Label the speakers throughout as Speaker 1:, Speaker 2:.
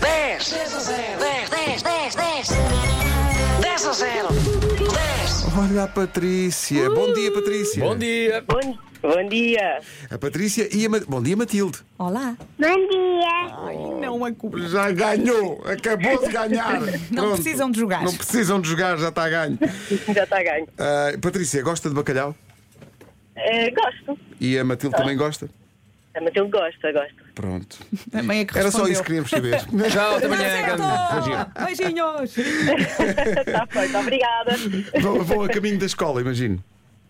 Speaker 1: 10 a 0. 10, 10, 10, 10. 10 a 0. 10.
Speaker 2: Olha a Patrícia. Bom dia, Patrícia.
Speaker 3: Bom dia!
Speaker 4: Bom, bom dia.
Speaker 2: A Patrícia e a Ma- Bom dia, Matilde.
Speaker 5: Olá.
Speaker 6: Bom dia.
Speaker 5: Não a culpa.
Speaker 2: Já ganhou. Acabou de ganhar.
Speaker 5: Não precisam de jogar.
Speaker 2: Não precisam de jogar, já está a ganho.
Speaker 4: Já está ganho.
Speaker 2: Ah, Patrícia, gosta de bacalhau?
Speaker 4: Eh, gosto.
Speaker 2: E a Matilde também gosta?
Speaker 4: A Matilde gosta, gosto.
Speaker 2: Pronto.
Speaker 5: Também é que
Speaker 2: Era só
Speaker 5: respondeu.
Speaker 2: isso que queríamos saber.
Speaker 3: Tchau,
Speaker 5: Tá
Speaker 3: até amanhã. Beijinho.
Speaker 5: Acertou! Beijinhos!
Speaker 4: Está Tá feito, obrigada.
Speaker 2: vão, vão a caminho da escola, imagino.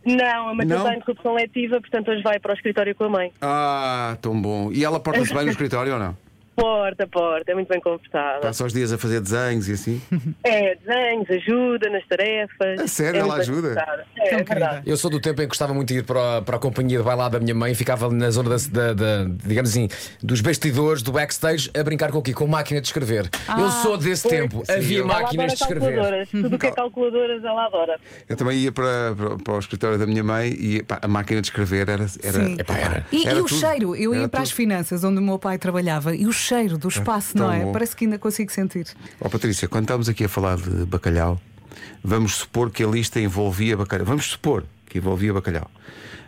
Speaker 4: Não, a Matilde
Speaker 2: Não?
Speaker 4: está em interrupção letiva, portanto hoje vai para o escritório com a mãe.
Speaker 2: Ah, tão bom. E ela porta-se bem no escritório ou não?
Speaker 4: Porta, porta, é muito bem confortável.
Speaker 2: Passa os dias a fazer desenhos e assim.
Speaker 4: É, desenhos, ajuda nas tarefas.
Speaker 2: A sério,
Speaker 4: É
Speaker 2: ela
Speaker 4: muito bem
Speaker 2: ajuda?
Speaker 4: confortável.
Speaker 3: Então,
Speaker 4: É, é verdade.
Speaker 3: Eu sou do tempo em que gostava muito de ir para a, para a companhia de bailado da minha mãe, ficava na zona da, da- da- digamos assim, dos bastidores, do backstage, a brincar com o quê? Com máquina de escrever. eu
Speaker 5: Ah,
Speaker 3: sou desse tempo, havia
Speaker 4: Ela
Speaker 3: máquinas
Speaker 4: adora
Speaker 3: de escrever.
Speaker 4: calculadoras. Tudo o
Speaker 2: Tá.
Speaker 4: que é calculadoras ela adora.
Speaker 2: Eu também ia para, para, para o escritório da minha mãe e pá, a máquina de escrever era. era,
Speaker 5: Sim.
Speaker 2: epá, era-
Speaker 5: E, e
Speaker 2: era
Speaker 5: o
Speaker 2: tudo.
Speaker 5: cheiro? Eu ia
Speaker 2: Era
Speaker 5: para as
Speaker 2: tudo. Ah,
Speaker 5: finanças, onde o meu pai trabalhava, e o cheiro do espaço,
Speaker 2: tão
Speaker 5: não é?
Speaker 2: bom.
Speaker 5: Parece que ainda consigo sentir.
Speaker 2: Ó Patrícia, quando estamos aqui a falar de bacalhau, vamos supor que a lista envolvia bacalhau. Vamos supor que envolvia bacalhau.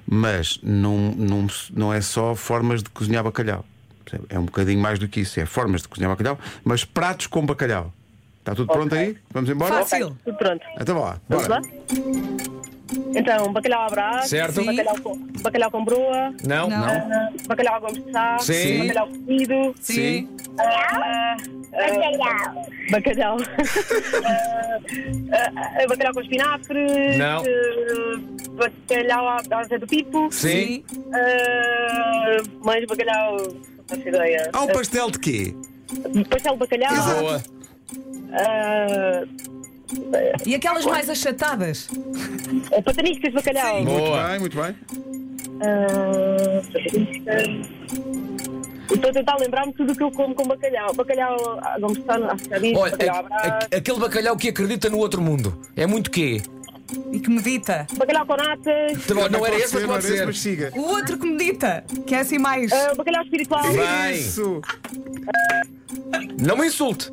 Speaker 2: Mas não, não, não é só formas de cozinhar bacalhau. Percebe? É um bocadinho mais do que isso. É formas de cozinhar bacalhau, mas pratos com bacalhau. Está tudo pronto aí? Vamos embora?
Speaker 5: Ah, Fácil.
Speaker 4: Tudo pronto.
Speaker 2: Então vá lá.
Speaker 4: Vamos lá?
Speaker 2: Bora.
Speaker 4: Então, bacalhau à brás,
Speaker 3: Certo?
Speaker 5: Sim.
Speaker 4: bacalhau com, bacalhau com broa,
Speaker 3: Não?
Speaker 5: Não.
Speaker 4: ah, bacalhau à gomes de sá,
Speaker 3: Sim.
Speaker 4: bacalhau cozido,
Speaker 5: Sim.
Speaker 4: ah,
Speaker 6: Bacalhau.
Speaker 4: bacalhau. Ah, ah, bacalhau com espinafre.
Speaker 3: Não.
Speaker 4: ah, bacalhau à à asa do pipo.
Speaker 3: Sim.
Speaker 4: ah, mais bacalhau. Não faço ideia.
Speaker 2: Há um pastel de quê?
Speaker 4: Ah, pastel de bacalhau.
Speaker 3: Boa.
Speaker 4: ah,
Speaker 5: E aquelas mais achatadas?
Speaker 4: ah, pataniscas de bacalhau.
Speaker 2: Muito
Speaker 3: Boa.
Speaker 2: bem, muito bem.
Speaker 4: Ah, Estou a tentar lembrar-me tudo o que eu como com bacalhau. Bacalhau, ah, vamos estar
Speaker 3: Olha,
Speaker 4: a bacalhau à
Speaker 3: a-
Speaker 4: brás,
Speaker 3: a- aquele bacalhau que acredita no outro mundo. É muito quê?
Speaker 5: E que medita.
Speaker 4: bacalhau com natas,
Speaker 3: Não, não era
Speaker 2: pode
Speaker 3: esse, mas
Speaker 2: ser,
Speaker 3: pode
Speaker 2: não era esse,
Speaker 3: ser.
Speaker 2: mas siga.
Speaker 5: O outro que medita, que é assim mais.
Speaker 4: ah, bacalhau espiritual,
Speaker 3: Bem,
Speaker 2: Isso.
Speaker 3: não me insulte.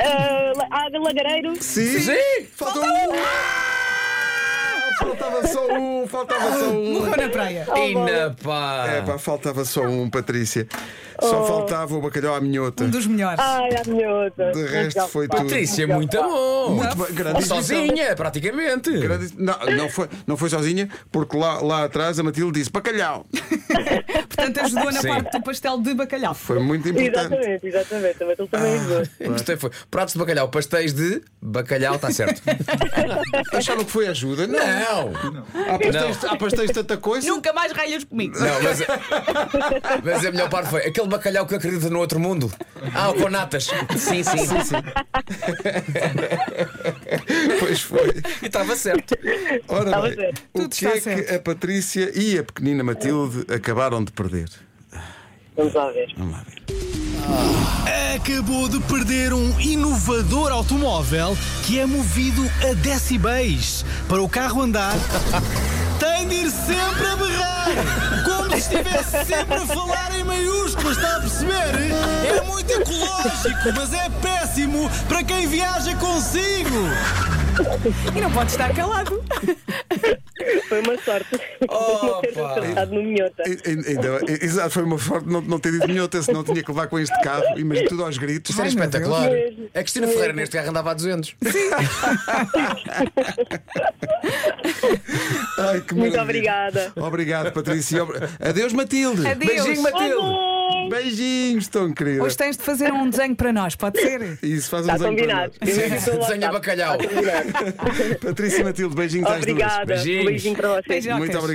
Speaker 4: ah, la- ah, lagareiro.
Speaker 2: Sim.
Speaker 3: Sim.
Speaker 2: Falta um. Ah, Faltava só um, faltava só um.
Speaker 5: Morreu na praia.
Speaker 3: E na pá.
Speaker 2: É, pá, faltava só um, Patrícia. Só faltava o bacalhau à minhota.
Speaker 5: Um dos melhores.
Speaker 4: Ai, ah, a minhosa.
Speaker 2: De resto foi tudo.
Speaker 5: Tá
Speaker 3: Patrícia, é muito bom.
Speaker 2: Muito bem, grande exibição.
Speaker 3: Sozinha, praticamente.
Speaker 2: Grande- Não, não foi, não foi sozinha, porque lá, lá atrás a Matilde disse bacalhau.
Speaker 5: Portanto, ajudou na
Speaker 3: Sim.
Speaker 5: parte do pastel de bacalhau.
Speaker 2: Foi muito importante.
Speaker 4: Exatamente, exatamente. Também ele também
Speaker 2: Ah.
Speaker 4: gosta.
Speaker 3: Isto é, foi. Pratos de bacalhau, pastéis de bacalhau, está certo.
Speaker 2: Acharam que foi ajuda? Não.
Speaker 3: Não!
Speaker 2: Há, pastéis, há pastéis de tanta coisa?
Speaker 5: Nunca mais ralhas comigo.
Speaker 3: Não, mas, a- mas a melhor parte foi aquele bacalhau que acredita no outro mundo. Ah, com natas. Sim, sim.
Speaker 2: Pois foi.
Speaker 3: E estava certo.
Speaker 2: Ora
Speaker 4: Estava
Speaker 2: bem,
Speaker 4: certo.
Speaker 2: o
Speaker 5: Tudo
Speaker 2: que
Speaker 5: está
Speaker 2: é que
Speaker 5: certo.
Speaker 2: a Patrícia e a pequenina Matilde acabaram de perder?
Speaker 4: Vamos lá ver.
Speaker 2: Vamos lá ver.
Speaker 7: Acabou de perder um inovador automóvel que é movido a decibéis. Para o carro andar, tem de ir sempre a berrar, como se estivesse sempre a falar em maiúsculas, está a perceber? É muito ecológico, mas é péssimo para quem viaja consigo.
Speaker 5: E não pode estar calado.
Speaker 4: Foi uma sorte.
Speaker 3: Opa.
Speaker 4: Não ter acertado no minhota.
Speaker 2: E- e- ainda- e- Exato, foi uma forte não, não ter dito minhota, senão tinha que levar com este carro. Imagina tudo aos gritos.
Speaker 3: Isto era
Speaker 5: meu
Speaker 3: espetacular.
Speaker 4: Deus.
Speaker 3: A Cristina Ferreira neste carro andava a 200.
Speaker 2: Ai, que
Speaker 4: Muito
Speaker 2: maravilha.
Speaker 4: obrigada.
Speaker 2: Obrigado, Patrícia. Obri- Adeus, Matilde.
Speaker 5: Adeus.
Speaker 3: Beijinho, Matilde.
Speaker 2: Beijinhos, tão querida.
Speaker 5: Hoje tens de fazer um desenho para nós, pode ser?
Speaker 2: Isso, faz um
Speaker 4: Está
Speaker 2: desenho para
Speaker 4: Tá combinado.
Speaker 2: nós.
Speaker 3: Desenha bacalhau.
Speaker 2: Patrícia e Matilde, beijinhos às duas.
Speaker 4: Tá Obrigada. Um
Speaker 3: Beijinhos.
Speaker 4: beijinho para vocês.
Speaker 5: Beijinho.
Speaker 2: Muito
Speaker 5: Beijocas.
Speaker 2: obrigado.